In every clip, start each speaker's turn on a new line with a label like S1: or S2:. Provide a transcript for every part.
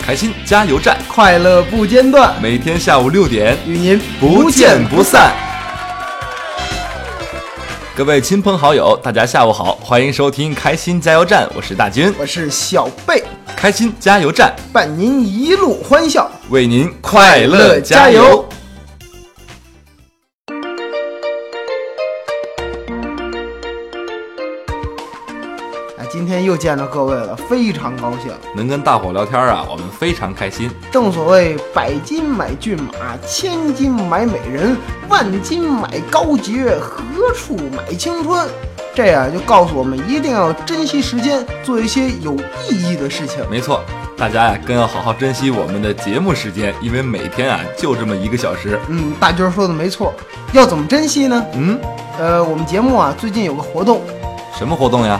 S1: 开心加油站，
S2: 快乐不间断，
S1: 每天下午六点
S2: 与您
S1: 不见不散。各位亲朋好友，大家下午好，欢迎收听《开心加油站》，我是大军。
S2: 我是小贝，
S1: 开心加油站
S2: 伴您一路欢笑，
S1: 为您快乐加
S2: 加
S1: 油
S2: 油！啊！今天又见到各位了，非常高兴。
S1: 能跟大伙聊天啊，我们非常开心。
S2: 正所谓百金买骏马，千金买美人，万金买高洁，何处买青春？这样就告诉我们，一定要珍惜时间，做一些有意义的事情。
S1: 没错，大家呀、更要好好珍惜我们的节目时间，因为每天啊就这么一个小时。
S2: 嗯，大军说的没错，要怎么珍惜呢？
S1: 嗯，
S2: 呃，我们节目啊，最近有个活动，
S1: 什么活动呀？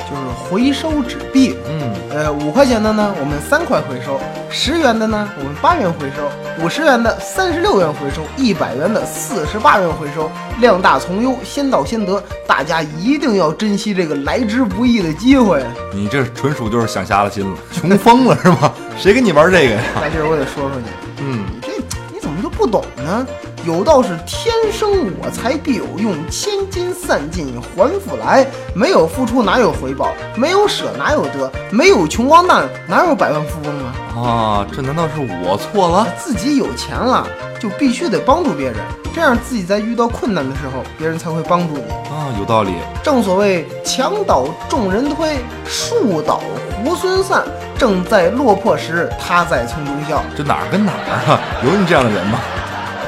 S2: 就是回收纸币。
S1: 嗯，
S2: 呃，五块钱的呢，我们三块回收；十元的呢，我们八元回收；五十元的三十六元回收；一百元的四十八元回收。量大从优，先到先得，大家一定要珍惜这个来之不易的机会。啊
S1: 你这纯属就是想瞎了心了，穷疯了是吗？谁跟你玩这个呀？
S2: 大军，我得说说你，
S1: 嗯，
S2: 你这你怎么就不懂呢？有道是天生我材必有用，千金散尽还复来。没有付出哪有回报？没有舍哪有得？没有穷光蛋哪有百万富翁啊？
S1: 啊，这难道是我错了？
S2: 自己有钱了，就必须得帮助别人，这样自己在遇到困难的时候，别人才会帮助你。
S1: 啊，有道理。
S2: 正所谓墙倒众人推，树倒猢狲散。正在落魄时，他在丛中笑。
S1: 这哪儿跟哪儿啊？ 有你这样的人吗？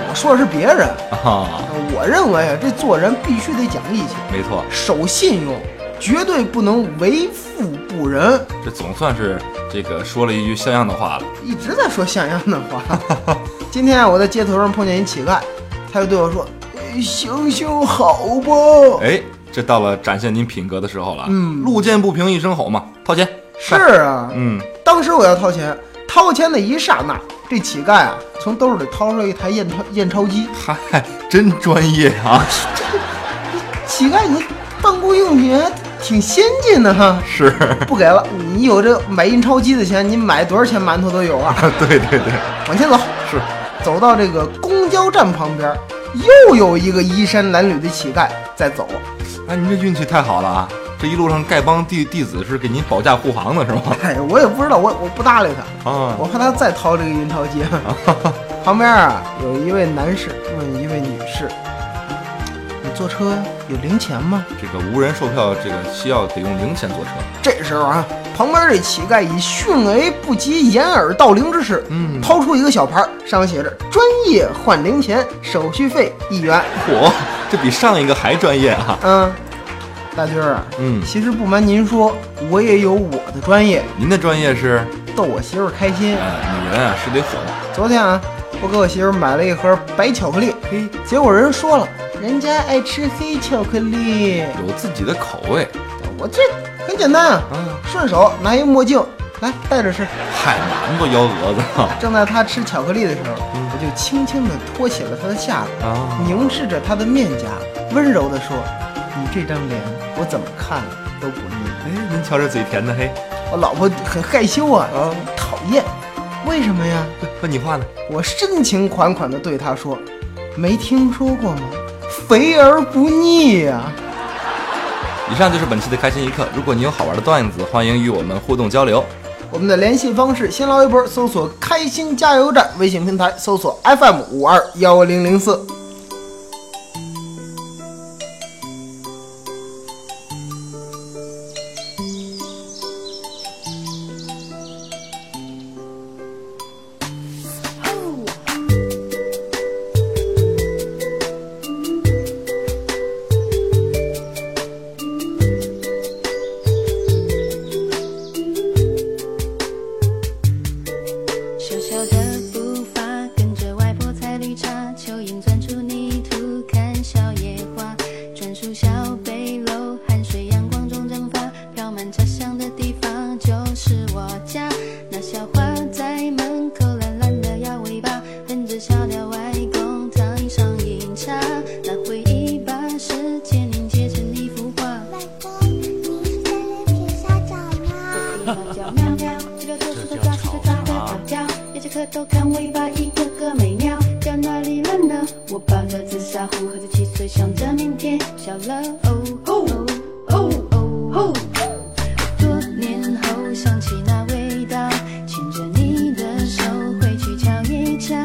S2: 我说的是别人，
S1: 啊，
S2: 我认为啊，这做人必须得讲义气，
S1: 没错，
S2: 守信用，绝对不能为富不仁。
S1: 这总算是这个说了一句像样的话了。
S2: 一直在说像样的话。 今天啊，我在街头上碰见一乞丐，他就对我说：“哎行行好吧。”
S1: 哎，这到了展现您品格的时候了。
S2: 嗯
S1: 路见不平一声吼嘛，掏钱。
S2: 是啊，
S1: 嗯，
S2: 当时我要掏钱，掏钱的一刹那，这乞丐啊，从兜里掏出了一台验钞验钞机。
S1: 嗨，真专业啊！
S2: 乞丐，你办公用品还挺先进的哈，
S1: 是，
S2: 不给了。你有这买印钞机的钱，你买多少钱馒头都有啊。
S1: 对对对，
S2: 往前走，
S1: 是。
S2: 走到这个公交站旁边，又有一个衣衫褴褛的乞丐在走。
S1: 哎，您这运气太好了啊！这一路上丐帮弟弟子是给您保驾护航的是吗？
S2: 哎，我也不知道，我我不搭理他，
S1: 啊
S2: 我怕他再掏这个印钞机。旁边啊有一位男士问一位女士：“你坐车有零钱吗
S1: 这个无人售票，这个需要得用零钱坐车。？”
S2: 这时候啊，旁边这乞丐以迅雷不及掩耳盗铃之势，
S1: 嗯
S2: 掏出一个小牌儿，上面写着“专业换零钱，手续费一元
S1: 嚯，这比上一个还专业啊”。！
S2: 嗯，大军儿啊，
S1: 嗯
S2: 其实不瞒您说，我也有我的专业，
S1: 您的专业是？
S2: 逗我媳妇儿开心。
S1: 呃，女人啊是得哄。
S2: 昨天啊，我给我媳妇儿买了一盒白巧克力，
S1: 嘿，
S2: 结果人说了，人家爱吃黑巧克力。
S1: 有自己的口味。
S2: 我这很简单啊，
S1: 啊，
S2: 顺手拿一墨镜来戴着吃。
S1: 嗨，馒头幺蛾子
S2: 正在她吃巧克力的时候，
S1: 嗯
S2: 我就轻轻地托起了她的下巴，
S1: 啊！
S2: 凝视着她的面颊，温柔地说：“你这张脸，我怎么看都不腻。
S1: 哎，您瞧这嘴甜的，嘿，”
S2: 我老婆很害羞啊，
S1: 啊，
S2: 讨厌，为什么呀？
S1: 问你话呢？
S2: 我深情款款地对她说：“没听说过吗？肥而不腻啊呀、
S1: 以上就是本期的开心一刻。如果你有好玩的段子，欢迎与我们互动交流。
S2: 我们的联系方式：新浪微博搜索“开心加油站”，微信平台搜索 FM 五二幺零零四。
S3: 小小的步伐跟着外婆采绿茶，蚯蚓钻出侧偷看尾巴一个个美妙，掉哪里了呢？我抱着紫砂壶喝着汽水，想着明天笑了哦哦哦哦哦。多年后想起那味道，牵着你的手回去瞧一瞧，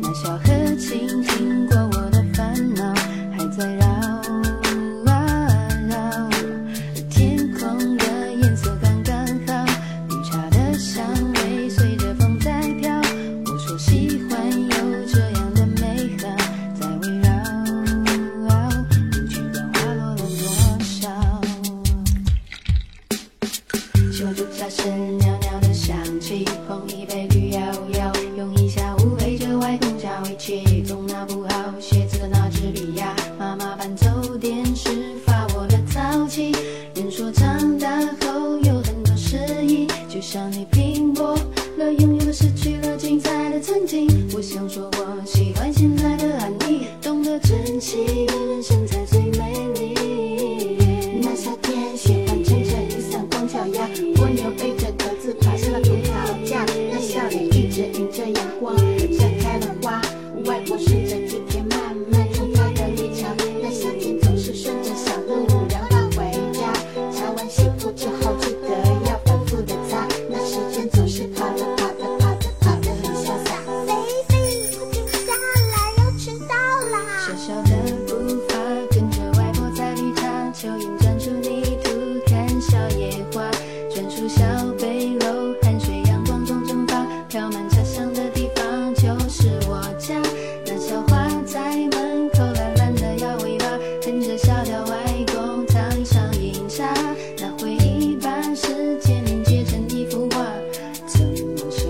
S3: 那小河倾听过我的烦恼，还在绕啊绕。天空的颜色刚刚好，绿茶的香味随着风在飘。我说喜欢有这样的美好在围绕，不去管花落了多少。小竹下身袅袅的香气，碰一杯绿摇摇，用一下午陪着外公下围棋，总拿不好写字的那支笔呀，妈妈搬走电视罚我的早起。人说长大后有很多失意，就像你拼搏了，拥有了，失去了，精彩的曾经。我想说，我喜欢现在的安逸，懂得珍惜，人生才最美丽。那夏天喜欢撑着雨伞光脚丫，蜗牛背着壳子爬上了葡萄架，那笑脸一直迎着阳光，盛开了花。外婆顺着梯田慢慢穿她的立场，那夏天总是顺着小路绕到回家。擦完幸福之后，记得要反复的擦，那时间总是跑着跑着跑着跑得很潇洒。
S4: baby，快停下来，要迟到啦！
S3: 小小的步伐跟着外婆在绿茶，蚯蚓钻出泥土，看小野花，转出小北楼，汗水阳光中蒸发，飘满茶香的地方就是我家。那小花在门口懒懒的摇尾巴，哼着小调外公烫上饮茶，那回忆把时间凝结成一幅画。怎么舍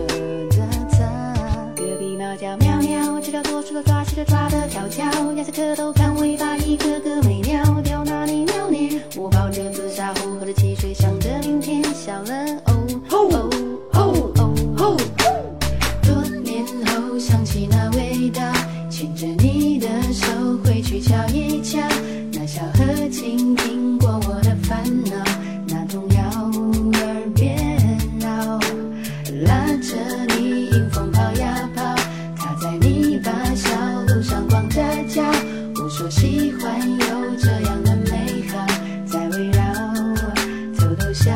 S3: 得擦？隔壁猫叫喵喵，吃掉多吃了抓，吃掉抓的条条，压着蝌蚪看尾巴，一个个美妙，掉哪里鸟呢？我抱着紫砂壶喝着汽水，想着明天笑了哦哦哦哦哦。多年后想起那味道，牵着你的手回去瞧一瞧，那小河倾听过我的烦恼，那童谣儿变老，拉着你迎风跑呀跑，踏在泥巴小路上光着脚，我说喜欢有这样的美好在围绕，偷偷笑。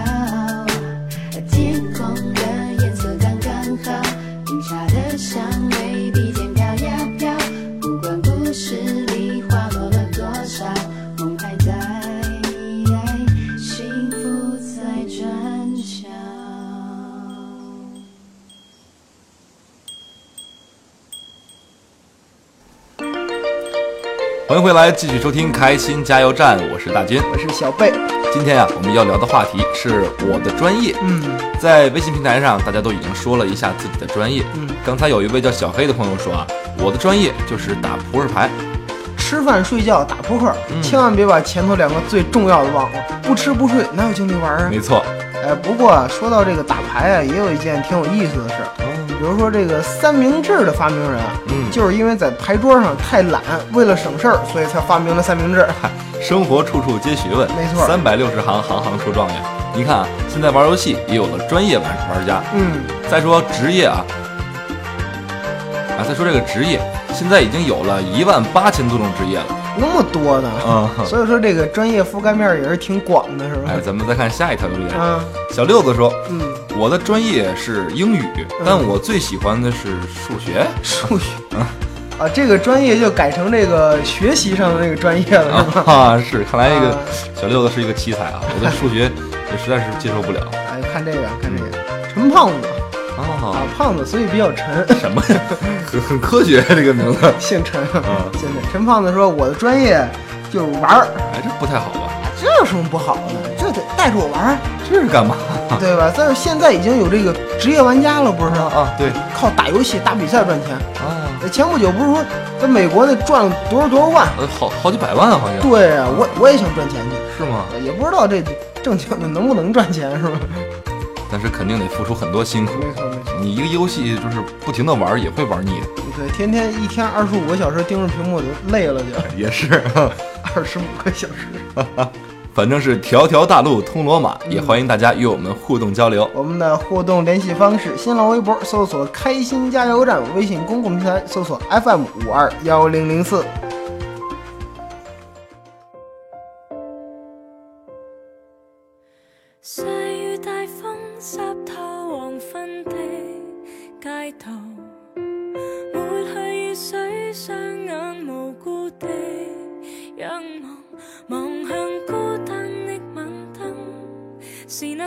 S3: 天空的颜色刚刚好，绿茶的香味鼻尖飘呀飘。不管故事里花落了多少，梦还在，幸福在转角。
S1: 欢迎回来，继续收听《开心加油站》，我是大军。
S2: 我是小贝，
S1: 今天呀、啊我们要聊的话题是我的专业。
S2: 嗯
S1: 在微信平台上，大家都已经说了一下自己的专业。
S2: 嗯，
S1: 刚才有一位叫小黑的朋友说啊，我的专业就是打扑克牌。
S2: 嗯吃饭睡觉打扑克，
S1: 嗯
S2: 千万别把前头两个最重要的忘了，不吃不睡哪有精力玩啊？
S1: 没错，
S2: 哎，不过啊说到这个打牌啊，也有一件挺有意思的事儿，比如说这个三明治的发明人啊，
S1: 嗯
S2: 就是因为在牌桌上太懒，为了省事儿，所以才发明了三明治。
S1: 生活处处皆学问，
S2: 没错
S1: 三百六十行，行行出状元。你看啊，现在玩游戏也有了专业玩玩家。
S2: 嗯，
S1: 再说职业啊，啊，再说这个职业，现在已经有了一万八千多种职业了。
S2: 那么多呢，
S1: 嗯，
S2: 所以说这个专业覆盖面儿也是挺广的，是吧？
S1: 哎，咱们再看下一条留言。
S2: 啊，
S1: 小六子说
S2: 嗯，：“
S1: 我的专业是英语，但我最喜欢的是数学。
S2: 数学 啊，这个专业就改成这个学习上的那个专业了，是吧？
S1: 啊，是，看来这个
S2: 啊
S1: 小六子是一个奇才啊！我对数学也实在是接受不了
S2: 哎，看这个，看这个，陈胖子啊
S1: 啊，，
S2: 胖子所以比较沉，
S1: 什么呀，很很科学这个名字，
S2: 姓陈，
S1: 啊
S2: 姓陈。陈胖子说：“我的专业就是玩儿，
S1: 哎，这不太好吧？
S2: 这有什么不好的？这得带着我玩儿，啊
S1: 这是干嘛
S2: 对吧？但是现在已经有这个职业玩家了，不是
S1: 啊？
S2: 吗？
S1: 啊，对
S2: 靠打游戏、打比赛赚钱。
S1: 啊，
S2: 呃前不久不是说在美国那赚了多少多少万？
S1: 呃，好好几百万啊好像
S2: 对啊，我我也想赚钱去。”
S1: 是吗？
S2: 也不知道这正经的能不能赚钱，是吧？
S1: 但是肯定得付出很多辛苦。
S2: 没错没错，
S1: 你一个游戏就是不停的玩，也会玩腻的。
S2: 对，天天一天二十五个小时盯着屏幕就累了就，
S1: 也是，
S2: 二十五个小时。
S1: 反正是条条大路通罗马，也欢迎大家与我们互动交流。
S2: 我们的互动联系方式：新浪微博搜索“开心加油站”，微信公共平台搜索 FM 五二幺零零四。
S5: 細雨大風濕透黃昏的街道，抹去雨水，雙眼無辜地仰望，望向孤單的晚燈，是那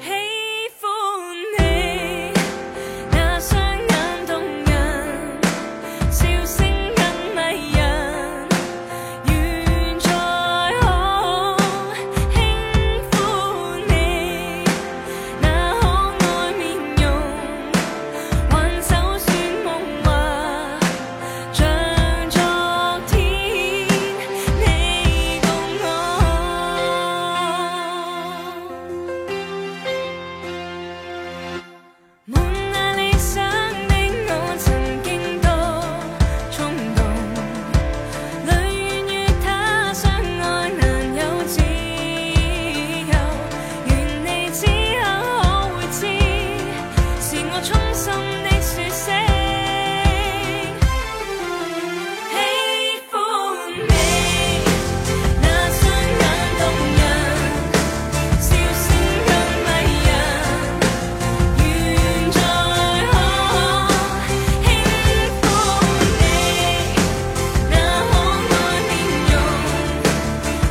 S5: 喜歡你，那雙眼動人，笑聲更迷人。願再可輕撫你那可愛面容，挽手說夢話，像昨天你共我。滿那理想的我，曾經多衝動，淚願與他相愛難有自由。願你此刻可會知，是我衷心的説聲喜歡你，那雙眼動人，笑聲更迷人。願再可輕撫你那可愛面容，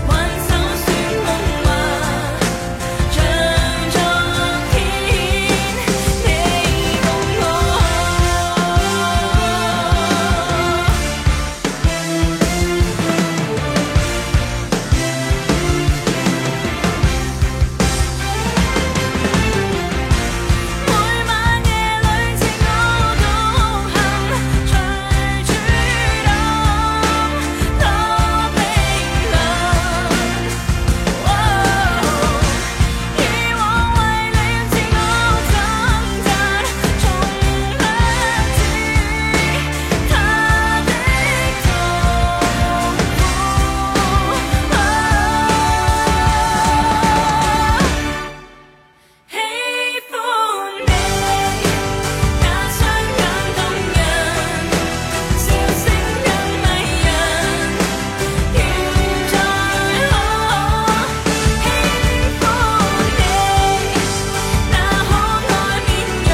S5: 挽手說夢話，像昨天你共我。每晚夜裏，直我獨行，隨處蕩，多冰涼。以往為了自我掙扎，從不知他的痛苦。喜歡你，那雙眼動人，笑聲更迷人。願再可輕撫你那可愛面容，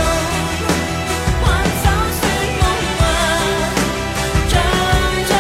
S5: 挽手說夢話，像昨天你共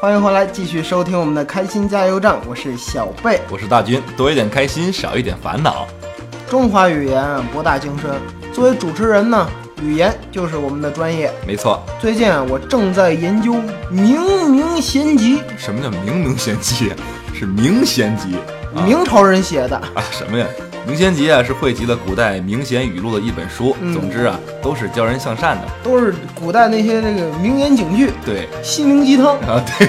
S2: 欢迎回来，继续收听我们的开心加油站，我是小贝。
S1: 我是大军，多一点开心，少一点烦恼。
S2: 中华语言博大精深，作为主持人呢，语言就是我们的专业。
S1: 没错，
S2: 最近啊，我正在研究《明明贤集
S1: 什么叫明明贤集？是明贤集。》，啊
S2: 明朝人写的。
S1: 啊什么呀？明贤集啊是汇集了古代明贤语录的一本书。
S2: 嗯
S1: 总之啊，都是教人向善的。
S2: 都是古代那些这个名言警句、
S1: 对
S2: 心灵鸡汤，
S1: 啊，对，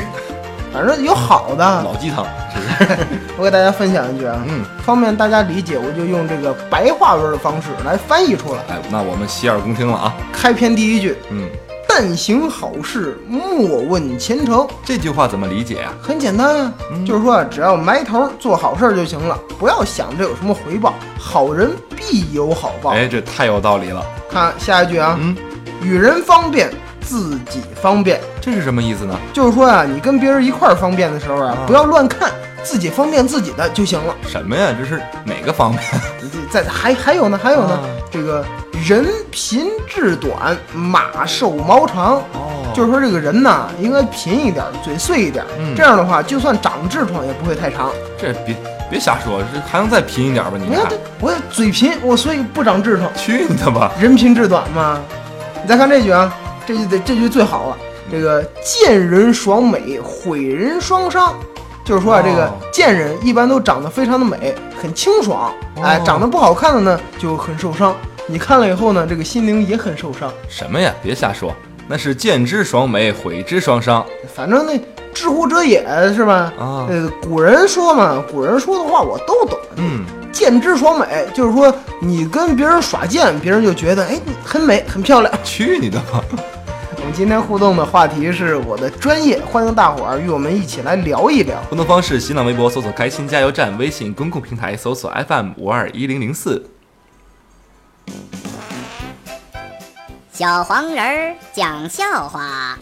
S2: 反正有好的，
S1: 老鸡汤，是不是？
S2: 我给大家分享一句啊，
S1: 嗯，
S2: 方便大家理解，我就用这个白话文的方式来翻译出来。
S1: 哎，那我们洗耳恭听了啊。
S2: 开篇第一句：
S1: 嗯，
S2: 但但行好事，莫问前程。
S1: 这句话怎么理解啊？
S2: 很简单啊，
S1: 嗯
S2: 就是说啊只要埋头做好事儿就行了，不要想着有什么回报，好人必有好报。
S1: 哎，这太有道理了。
S2: 看下一句啊，
S1: 嗯，
S2: 与人方便，自己方便，
S1: 这是什么意思呢？
S2: 就是说啊，你跟别人一块儿方便的时候啊，不要乱看，自己方便自己的就行了。
S1: 什么呀？这是哪个方面？
S2: 你这再还还有呢，还有呢，
S1: 啊
S2: 这个人贫志短，马瘦毛长。
S1: 哦
S2: 就是是说，这个人呐，应该贫一点儿，嘴碎一点儿，
S1: 嗯
S2: 这样的话，就算长痔疮也不会太长。
S1: 这别别瞎说，这还能再贫一点吧？你
S2: 你看
S1: 看
S2: 这，，我嘴贫，我所以不长痔疮，
S1: 去你的吧！
S2: 人贫志短嘛。你再看这句啊，这句得这句最好了，这个见人爽美，毁人双伤。就是说啊，
S1: 哦
S2: 这个贱人一般都长得非常的美，很清爽，哎，
S1: 哦
S2: 长得不好看的呢就很受伤。你看了以后呢，这个心灵也很受伤。
S1: 什么呀？别瞎说，那是见之爽美，毁之双伤。
S2: 反正那知乎者也是吧？
S1: 啊
S2: 呃，古人说嘛，古人说的话我都懂。
S1: 嗯，
S2: 见之爽美，就是说你跟别人耍贱，别人就觉得哎你很美很漂亮。
S1: 去你的吧！
S2: 我们今天互动的话题是我的专业，欢迎大伙儿与我们一起来聊一聊。
S1: 互动方式：新浪微博搜索“开心加油站”，微信公共平台搜索 FM 五二一零零四。
S6: 小黄人儿讲笑话。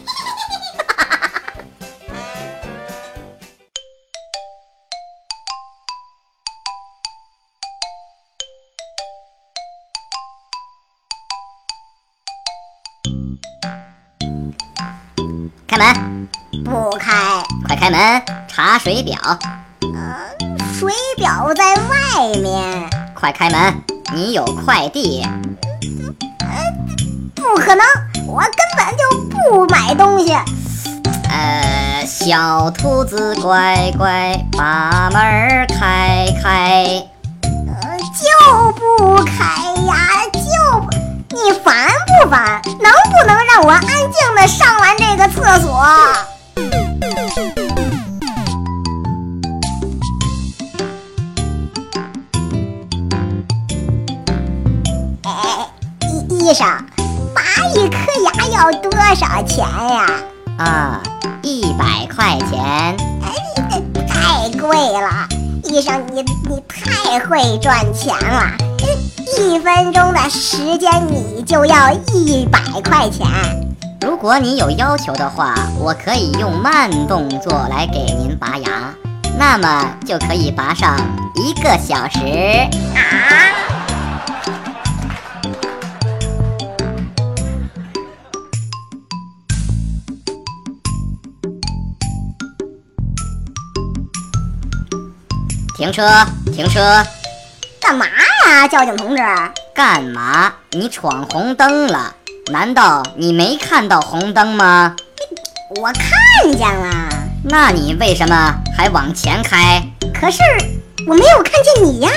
S6: 开门，
S4: 不开，
S6: 快开门！查水表，呃
S4: 水表在外面，
S6: 快开门！你有快递，
S4: 不可能，我根本就不买东西。
S6: 呃，小兔子乖乖，把门儿开开。
S4: 呃，就不开呀，就不你烦不烦？能不能让我安静的上完这个厕所？哎，医医生，拔一颗牙要多少钱呀？
S6: 啊，一百块钱。
S4: 哎太贵了，医生你你太会赚钱了，一分钟的时间你就要一百块钱。
S6: 如果你有要求的话，我可以用慢动作来给您拔牙，那么就可以拔上一个小时。停车！停车！
S4: 干嘛呀，交警同志？
S6: 干嘛？你闯红灯了？难道你没看到红灯吗？
S4: 我看见了，
S6: 那你为什么还往前开？
S4: 可是我没有看见你呀。